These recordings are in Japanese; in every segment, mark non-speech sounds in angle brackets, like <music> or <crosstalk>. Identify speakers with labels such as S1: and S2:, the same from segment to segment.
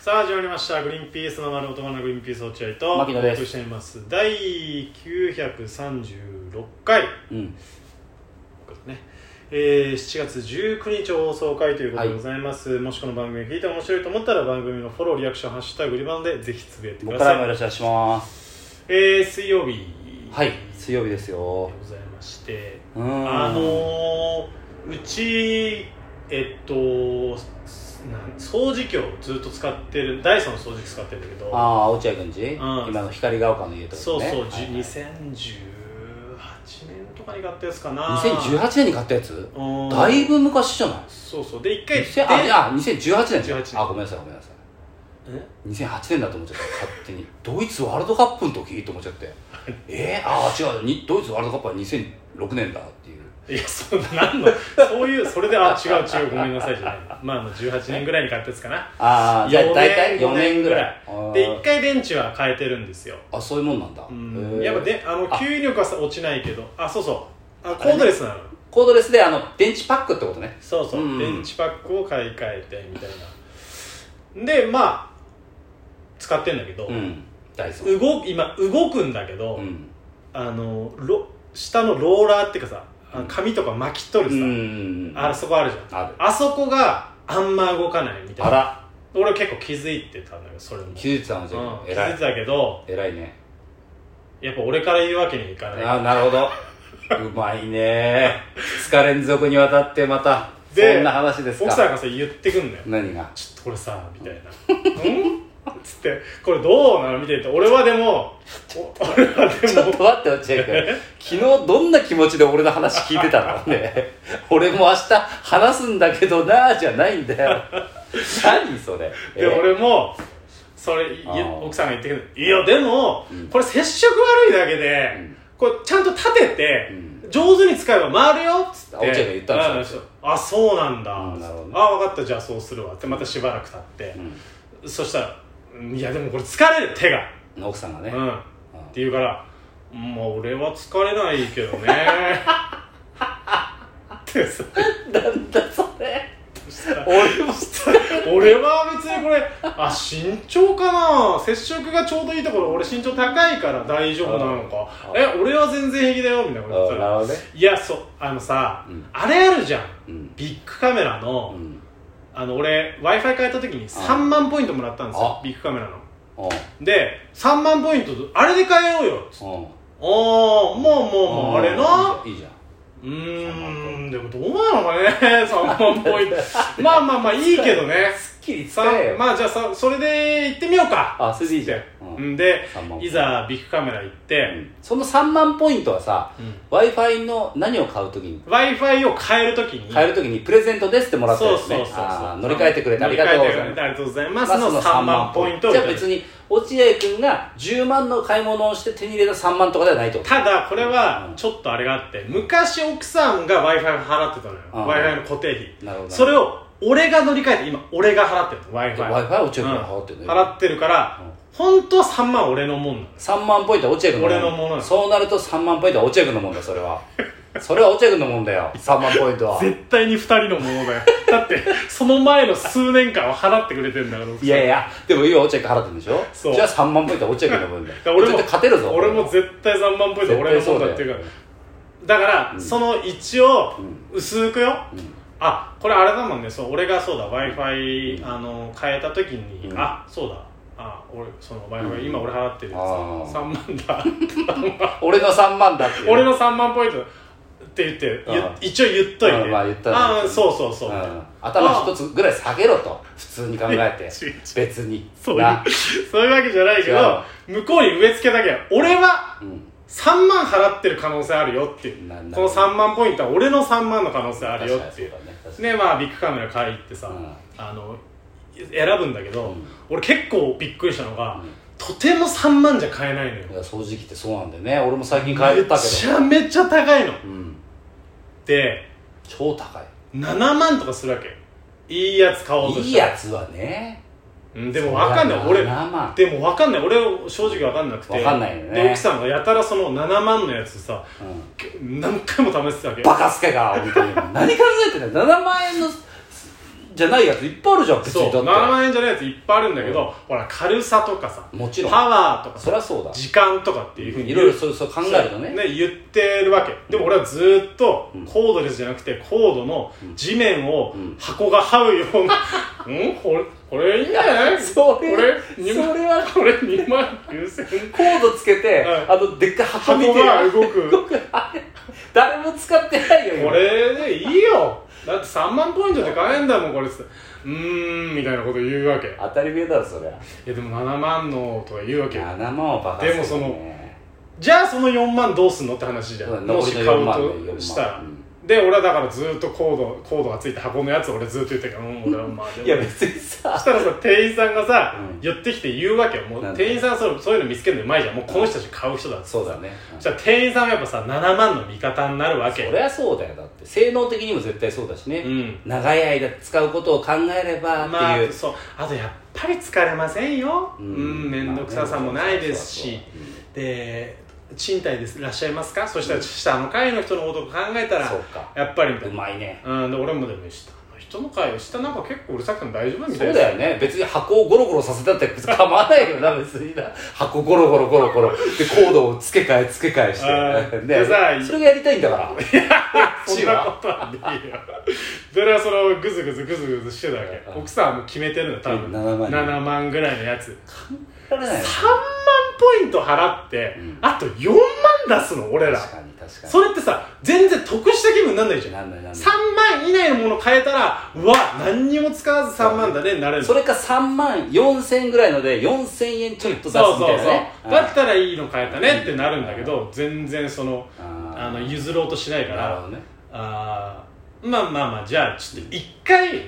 S1: さあ始まりました「グリーンピースの丸男のグリーンピース落合」と
S2: 牧野です
S1: お送りしています第936回
S2: うん
S1: ねえー、7月19日放送回ということでございます、もしこの番組聞いて面白いと思ったら番組のフォローリアクション「ハッシュタググリバン」でぜひつぶやいてく
S2: 僕
S1: だ
S2: か
S1: さ
S2: らもよ
S1: い、
S2: ろしくお願いします
S1: えー、水曜日
S2: はい
S1: で
S2: 水曜日ですよ
S1: ございまして
S2: うーん
S1: あのー、うちえっとすなん掃除機をずっと使ってるダイソンの掃除機使ってるんだけど
S2: ああ落合君ち、
S1: ん
S2: 今の光が丘の家とか、ね、
S1: そうそう、
S2: はい
S1: じ
S2: はい
S1: 2018年とかに買ったやつかな
S2: 2018年に買ったやつ
S1: うん
S2: だいぶ昔じゃない
S1: そうそうで一回
S2: 2000あい
S1: で
S2: や2018年
S1: 18年
S2: あごめんなさいごめんなさい
S1: え <laughs>
S2: 2008年だと思っちゃった勝手にドイツワールドカップの時と思っちゃってえー、ああ違うにドイツワールドカップは2006年だっていう
S1: いやそうなんのそういうそれであ違う違うごめんなさいじゃないまあまあ18年ぐらいに買ったやつかな
S2: ああじゃあ大体4年ぐらい
S1: 四年ぐらいで一回電池は変えてるんですよ、
S2: ああそういうもんなんだ、
S1: うん
S2: へー
S1: やっぱであの
S2: あ
S1: 吸引力はさ落ちないけどあそうそうあ
S2: あ
S1: コ
S2: れね
S1: ードレスなの
S2: コードレスであの電池パックってことね
S1: そうそう、
S2: うん
S1: 電池パックを買い替えてみたいなでまあ使ってんだけど、
S2: うんダイソン
S1: 動く今動くんだけど、
S2: うん
S1: あのロ下のローラーっていうかさあの紙とか巻き取る
S2: う
S1: さ、
S2: ん
S1: あそこあるじゃん
S2: ある
S1: あそこがあんま動かないみたい
S2: あ
S1: な
S2: ら
S1: 俺結構気づいてたんだけどそれも、うん、気
S2: 気づいてたの全部偉
S1: づいて
S2: い
S1: たけど
S2: 偉いね
S1: やっぱ俺から言うわけにいかない
S2: あなるほどうまいね2日連続にわたってまた
S1: で
S2: そんな話です
S1: 奥さん
S2: か
S1: がさ言ってくんだよ
S2: 何が
S1: ちょっとこれさみたいな <laughs> 「うん?」っつって「これどうなの?」みたいな俺はで
S2: <laughs>
S1: もお俺はで
S2: ちょっ
S1: も
S2: と待って落合君
S1: <laughs>
S2: 昨日どんな気持ちで俺の話聞いてたのね俺も明日話すんだけどなじゃないんだよ何それ
S1: で俺もそれい
S2: あー
S1: 奥さんが言ってくるいやでも、
S2: うん
S1: これ接触悪いだけで、
S2: うん
S1: これちゃんと立てて、
S2: う
S1: 上手に使えば回るよっつって
S2: あ落合が言ったんですよ
S1: ああそうなんだ、
S2: うんなるほどね
S1: あ分かったじゃあそうするわってまたしばらく経って、そしたら「いやでもこれ疲れる手が」
S2: うん奥さんがね、
S1: うん、って言うから「まあ俺は疲れないけど
S2: <laughs>
S1: ね」ってさ <laughs>
S2: なんだそれ俺も
S1: 俺は別にこれあ身長かな接触がちょうどいいところ俺身長高いから大丈夫なのか
S2: あ
S1: え俺は全然平気だよみたいなこと言っ
S2: あ
S1: てた
S2: なる
S1: ら
S2: ほどね
S1: いやそうあのさ、
S2: うん
S1: あれあるじゃん
S2: うん
S1: ビッグカメラの、
S2: うん
S1: あの俺 w i f i 変えた時に3万ポイントもらったんですよ
S2: あ
S1: ビッグカメラの
S2: おう
S1: で3万ポイントあれで変えようよ
S2: おう
S1: おーもうもうもうあれない
S2: いじゃん
S1: うーんでもどうなのかね3 <laughs> 万ポイントまあまあまあいいけど
S2: <laughs>
S1: ね
S2: すっきり
S1: さ
S2: 使えよ、
S1: まあじゃあさそれで行ってみようか
S2: あそれでいいじゃん、
S1: う
S2: うん
S1: んで
S2: 3万
S1: いざビッグカメラ行って、
S2: うんその3万ポイントはさ、
S1: うん
S2: w i f i の何を買うときに
S1: w i f i を変えるときに
S2: 買えるときにプレゼントですってもらった
S1: そう
S2: や
S1: そう
S2: つ
S1: そう
S2: ね
S1: そう
S2: あー乗り換えてくれてありがとうござい
S1: 乗り換えてくれ
S2: ま
S1: てありが
S2: す
S1: とうございま
S2: ますあそ
S1: の3万ポイントを
S2: じゃあ別に落合君が10万の買い物をして手に入れた3万とかではないってこと
S1: ただこれはちょっとあれがあって昔奥さんが w i f i 払ってたのよ
S2: あー
S1: w i f i の固定費
S2: なるほど
S1: それを俺が乗り換えて今俺が払ってる w i f i
S2: w i f i 落合君が払ってるのよ、
S1: 払ってるから、本当は3万俺のもんなの
S2: 3万ポイントは落合君の
S1: 俺のものよ
S2: そうなると3万ポイントは落合君のもんだよそれはそれは落合君のもんだよ3万ポイントは
S1: 絶対に2人のものだよだってその前の数年間は払ってくれてんだから
S2: いやいやでも今落合君払ってるんでしょ
S1: そう
S2: じゃあ3万ポイントは落合君の分だよ
S1: だから俺も
S2: 絶対勝てるぞ
S1: 俺も絶対3万ポイント俺のもんだっていうからだから、その一応薄くよ、あこれあれだもんねそう俺がそうだ w i f i あの変えた時に、
S2: うん
S1: あそうだあ俺その w i f i 今俺払ってるやつ
S2: あー
S1: 3万だ
S2: 俺の3万だっていう
S1: 俺の3万ポイントって言ってゆ
S2: あー
S1: 一応言っといて
S2: あーまあ言ったら
S1: あーそうそうそう、
S2: うん頭一つぐらい下げろと普通に考えて
S1: <laughs> 違う違う
S2: 別に
S1: そうい
S2: な
S1: う、そういうわけじゃないけど、向こうに植え付けだけ、俺は
S2: うん
S1: 3万払ってる可能性あるよっていう。
S2: なな
S1: この3万ポイントは俺の3万の可能性あるよっていう
S2: 確。かにそうだね確かに
S1: で、まあ、ビッグカメラ買い行ってさ、
S2: うん
S1: あの、選ぶんだけど、
S2: うん
S1: 俺結構びっくりしたのが、
S2: うん
S1: とても3万じゃ買えないのよ
S2: い。や掃除機ってそうなんだよね俺も最近買えた
S1: め
S2: け
S1: ちゃめちゃ高いの。
S2: どうん
S1: で、
S2: 超高い
S1: 7万とかするわけよ。いいやつ買おうと
S2: い
S1: し
S2: い
S1: たら
S2: やつはね
S1: うんでもわかんない。俺、
S2: 7万
S1: でも分かんない俺正直分かんなくて
S2: 分かんないよね
S1: で奥さんがやたらその7万のやつさ
S2: うん
S1: 何回も試してたわけ <laughs>
S2: バカすけが本当に何考えてんだよ7万円のじゃないやついっぱいあるじゃん別
S1: そう
S2: に
S1: 7
S2: だっ
S1: 万円じゃないやついっぱいあるんだけど、ほら軽さとかさ
S2: てもちろん
S1: パワーとか
S2: そ
S1: さ
S2: りゃそうだ
S1: 時間とかっていうふうに
S2: いろいろそうそう考えるとね
S1: 言ってるわけでも俺はずーっと
S2: うん
S1: コードレスじゃなくてコードの地面を
S2: うん
S1: 箱が這うような「
S2: <laughs>
S1: うんこれこれいいんじゃない
S2: それ
S1: これ2
S2: そ
S1: 万
S2: れは
S1: これ2万9000
S2: コードつけて、
S1: うん
S2: あのでっかい箱見
S1: 箱
S2: て
S1: が動く
S2: 動くあれ誰も使ってないよ今
S1: これでいいよだって3万ポイントで買えんだもんこれっつってうーんみたいなこと言うわけい
S2: 当たり前だろそりゃ
S1: やでも7万のとか言うわけよ
S2: 7万はバカ
S1: でもそのじゃあその4万どうすんのって話じゃんもし買うとしたら、で俺はだからずっとコードコードがついた箱のやつを俺ずっと言ってるからうん俺はまあでも
S2: いや別にさ
S1: そしたらさ店員さんがさ、
S2: うん
S1: 寄ってきて言うわけよも
S2: なん
S1: う
S2: で
S1: 店員さんはそうそういうの見つけるのうまいじゃんもうこの人たち買う人だっつって
S2: そうだね
S1: そしたら店員さんはやっぱさ7万の味方になるわ
S2: そ
S1: け
S2: りゃそうだよだって性能的にも絶対そうだしね、
S1: うん
S2: 長い間使うことを考えればって
S1: まあ
S2: いう、
S1: そうあとやっぱり疲れませんよう
S2: うん
S1: 面倒くささもないですしで賃貸ですいらっしゃいますかそしたら下の階の人のことを考えた
S2: まあ
S1: ら
S2: そうか
S1: やっぱりみた
S2: う
S1: いな
S2: まいね
S1: うんで俺もでも下の人の階下なんか結構うるさくても大丈夫み
S2: そ
S1: た
S2: う
S1: いな <laughs>
S2: だよね別に箱をゴロゴロさせたって別に構わないよな別にな箱ゴロゴロゴロゴロでコードを付け替え付け替えし
S1: あ
S2: て、
S1: ーでさ
S2: それがやりたいんだから
S1: そんなことはねえよそれはそのグズグズグズグズしてたわけ
S2: うん
S1: 奥さんはもう決めてるの多分
S2: 7万
S1: 7万ぐらいのやつ
S2: られないよ
S1: 3万ポイント払って、
S2: うん
S1: あと4万出すの俺ら
S2: 確かに確かに
S1: それってさ全然得した気分になんないじゃん
S2: なんだよなんだよ
S1: 3万以内のもの買えたらうわ何にも使わず3万だねになれる
S2: それか3万4000円ぐらいので4000円ちょっと出すみ
S1: そう
S2: た
S1: そう
S2: いな
S1: そう
S2: ねあー
S1: だったらいいの買えたねってなるんだけど全然そのあ
S2: あ
S1: の
S2: ー
S1: 譲ろうとしないか
S2: なる
S1: ら
S2: ほどね、
S1: あーまあまあまあじゃあちょっと一回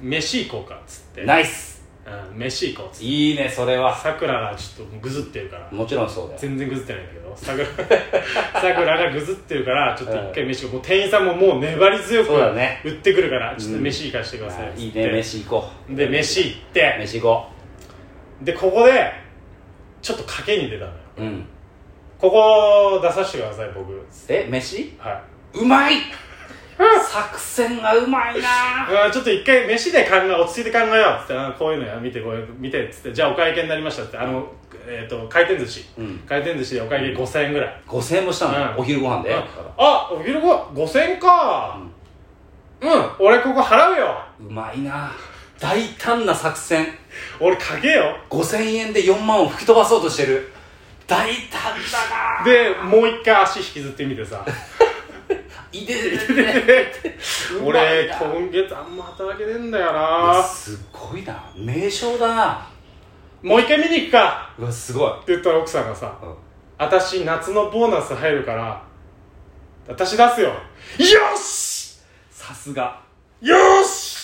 S1: 飯行こうかっつって
S2: うん、ナイス
S1: うん飯行こうっつって
S2: いいねそれは
S1: さくらがちょっともうぐずってるから
S2: もちろんそうだよ
S1: 全然ぐずってないんだけど <laughs> さくらさくらがぐずってるからちょっと一回飯行こうもう店員さんももう粘り強く
S2: そうだね
S1: 売ってくるからちょっと飯行かしてくださいっつって
S2: いいね飯行こう
S1: で飯行って
S2: 飯行こ
S1: でここでちょっと賭けに出たのよ
S2: ううん
S1: ここ出させてください僕
S2: え飯
S1: は
S2: うまい作戦がうまいない
S1: うんちょっと一回飯で考え落ち着いて考えようっつってあこういうのや見てこういうの見てっつってじゃあお会計になりましたっつってあの、えー、と回転寿司
S2: うん
S1: 回転寿司でお会計5000円ぐらい、
S2: 5000円もしたの、
S1: うん
S2: お昼ご飯で、
S1: うんあお昼ご飯5000円かうん、俺ここ払うよ
S2: うまいな大胆な作戦
S1: 俺かけよ
S2: 5000円で4万を吹き飛ばそうとしてる大胆だな
S1: でもう一回足引きずってみて
S2: <laughs>
S1: さ
S2: いてててて <laughs> うまい
S1: 俺
S2: な
S1: 今月あんま働けねえんだよ
S2: うわ
S1: な
S2: すごいな名称だな
S1: もう一回見に行くか
S2: うわすごい、
S1: って言ったら奥さんがさ
S2: うん
S1: 私夏のボーナス入るから私出すよよし
S2: さすが
S1: よし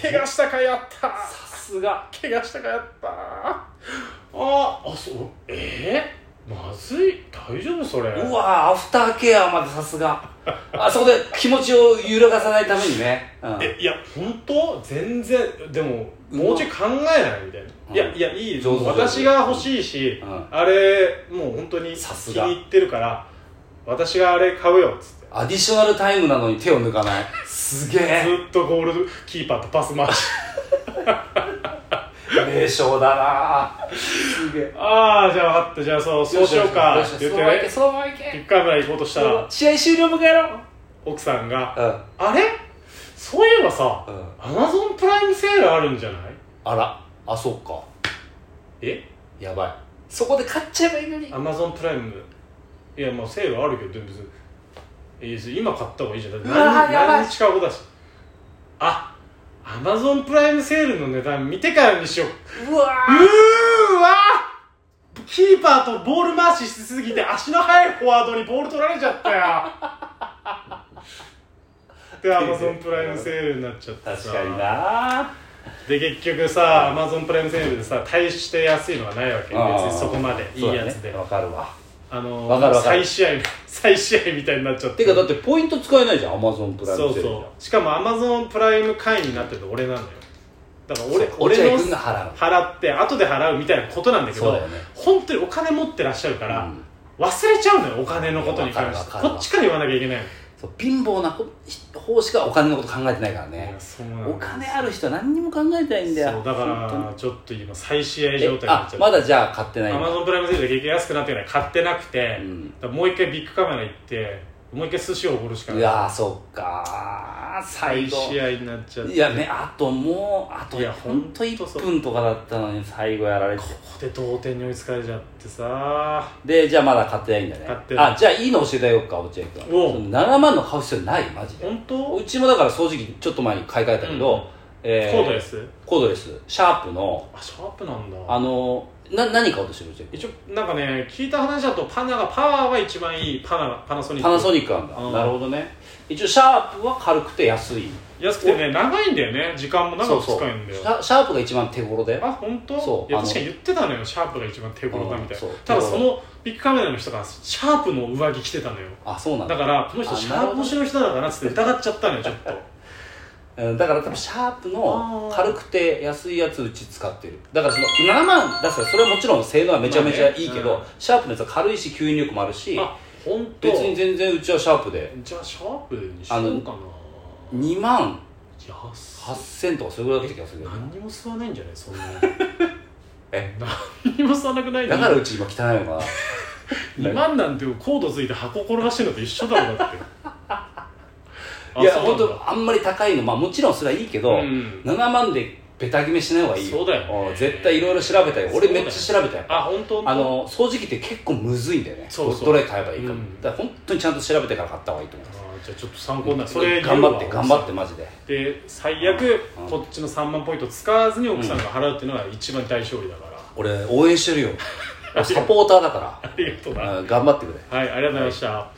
S1: 怪我したかやった
S2: さすが
S1: 怪我したかやったああそうえー、まずい大丈夫それ
S2: うわアフターケアまでさすがあそこで気持ちを揺らがさないためにね、うん
S1: えいや本当全然でも
S2: うわ
S1: もうちょい考えないみたいな、
S2: うん
S1: いやいやいい
S2: 上手上手
S1: 私が欲しいし、
S2: うん
S1: あれもう本当に気
S2: さす
S1: に
S2: が
S1: 入ってるから私があれ買うよっつって
S2: アディショナルタイムなのに手を抜かないすげえ
S1: ずっとゴールキーパーとパス回して <laughs>
S2: 名称だなすげえ
S1: ああじゃあ分かったじゃあそうそうしようかって言
S2: そ
S1: っ
S2: のまま
S1: て
S2: いけ
S1: ね
S2: そのままい
S1: 1
S2: け
S1: 回ぐらい行こうとしたら
S2: 試合終了迎えろ
S1: 奥さんが
S2: う
S1: 「
S2: ん
S1: あれそういえばさ
S2: うん
S1: アマゾンプライムセールあるんじゃない
S2: あらあそっか
S1: え
S2: やばいそこで買っちゃえばいいのに
S1: アマゾンプライムいやまあセールあるけどでも別にいいです今買った方がいいじゃんだって
S2: うわ
S1: 何
S2: ーやばい
S1: 何日か後だしあアマゾンプライムセールの値段見てからにしよう
S2: うわ
S1: う
S2: ー
S1: ーわキーパーとボール回ししすぎて足の速いフォワードにボール取られちゃったよ
S2: <laughs>
S1: でアマゾンプライムセールになっちゃった
S2: 確かにな
S1: で結局さアマゾンプライムセールでさ大して安いのはないわけ別にそこまでいいやつ
S2: そうだ
S1: で、
S2: ねわかるわ
S1: あの
S2: わかるわか
S1: 再
S2: る
S1: 試合 <laughs> 再試合みたいになっちゃって
S2: てかだってポイント使えないじゃんアマゾンプライ
S1: そ
S2: ム
S1: う
S2: セールじゃん
S1: そうしかもアマゾンプライム会員になってるの俺なんだよだから俺
S2: そう落
S1: 俺
S2: 合
S1: の
S2: 君が払う
S1: 払って後で払うみたいなことなんだけ
S2: そ
S1: ど
S2: うだよね
S1: 本当にお金持ってらっしゃるから、
S2: うん
S1: 忘れちゃうのよお金のことに関し
S2: わ
S1: て
S2: かるわかる
S1: こっちから言わなきゃいけないの
S2: そう貧乏な方しかお金のこと考えてないから
S1: い
S2: ね
S1: やそうなんです
S2: お金ある人は何にも考えてないんだよ
S1: そうだか
S2: 本当
S1: ら
S2: に
S1: ちょっと今再試合
S2: え
S1: 状態になっ
S2: あ
S1: ちゃって
S2: まだじゃあ買ってない
S1: アマゾンプライムセールで激安くなってから買ってなくて、
S2: うん
S1: だからもう一回ビッグカメラ行ってもう一回寿司をおごるしか
S2: い
S1: ない
S2: やーそっかー
S1: 再
S2: 最後
S1: 試合になっちゃって
S2: いやねあともうあと
S1: いや
S2: ほんと
S1: ほんとそ
S2: 1
S1: う
S2: 分とかだったのに最後やられて
S1: ここで同点に追いつかれちゃってさ
S2: でじゃあまだ買ってないんだね
S1: 買ってない
S2: あじゃあいいの教えてあげようか落合君
S1: おう
S2: その7万の買う必要ないマジで
S1: 本当
S2: うちもだから正直ちょっと前に買い替えたけど、
S1: うん
S2: え
S1: コードレ
S2: ス
S1: ス
S2: コードレスシャープの
S1: あシャープなんだ
S2: あのな何買おうとしてる落合君
S1: 一応なんかね聞いた話だとパナがパワーは一番いいパナパナソニック
S2: パナソニックなんだ、
S1: うん
S2: なるほどね一応シャープは軽くて安い
S1: 安くてね長いんだよね時間も長く使えるんだよ
S2: シャシャープが一番手頃で
S1: あ本当
S2: そう
S1: いや
S2: あの
S1: 確かに言ってたのよシャープが一番手頃だみたい
S2: うんそ
S1: な
S2: う
S1: ただそのビッグカメラの人がシャープの上着着てたのよ
S2: あそうなんだ
S1: だからこの人
S2: あ
S1: シャープ推しの人だからっつって疑っちゃったのよちょっと
S2: うんだから多分シャープの
S1: あー
S2: 軽くて安いやつうち使ってるだからその7万出すからそれはもちろん性能はめちゃめちゃいいけど、
S1: まあねうん
S2: シャープのやつは軽いし吸引力もあるし
S1: あ本当
S2: 別に全然うちはシャープで
S1: じゃあシャープにしようかな
S2: 2万
S1: 安っ
S2: 8000とかそれぐらいだった気がするけど
S1: 何にも吸わないんじゃないそんな
S2: え
S1: 何にも吸わなくない
S2: だからうち今汚いのか
S1: 2万なんてコードついて箱転がしてるのと一緒だろだ
S2: <laughs>
S1: って
S2: ないや
S1: あ
S2: 本
S1: そうなんだ
S2: 当あんまり高いのまあもちろんそれはいいけど、
S1: うん
S2: 7万でベタ決めしない方がいい
S1: そうだよね
S2: ん絶対いろいろ調べたよ俺めっちゃ調べたよ
S1: あ本当
S2: あの掃除機って結構むずいんだよね
S1: そうそう
S2: どれ買えばいいか、
S1: うん
S2: だから本当にちゃんと調べてから買った方がいいと思います
S1: あーじゃあちょっと参考になるそれ
S2: 頑張って
S1: 要は
S2: 頑張ってマジで
S1: で最悪
S2: うん
S1: こっちの3万ポイント使わずに奥さんが払うっていうのが一番大勝利だから、 <laughs>
S2: 俺応援してるよ俺サポーターだか
S1: ありがとうな、 <laughs>
S2: ら、うん頑張ってくれ
S1: はいありがとうございました、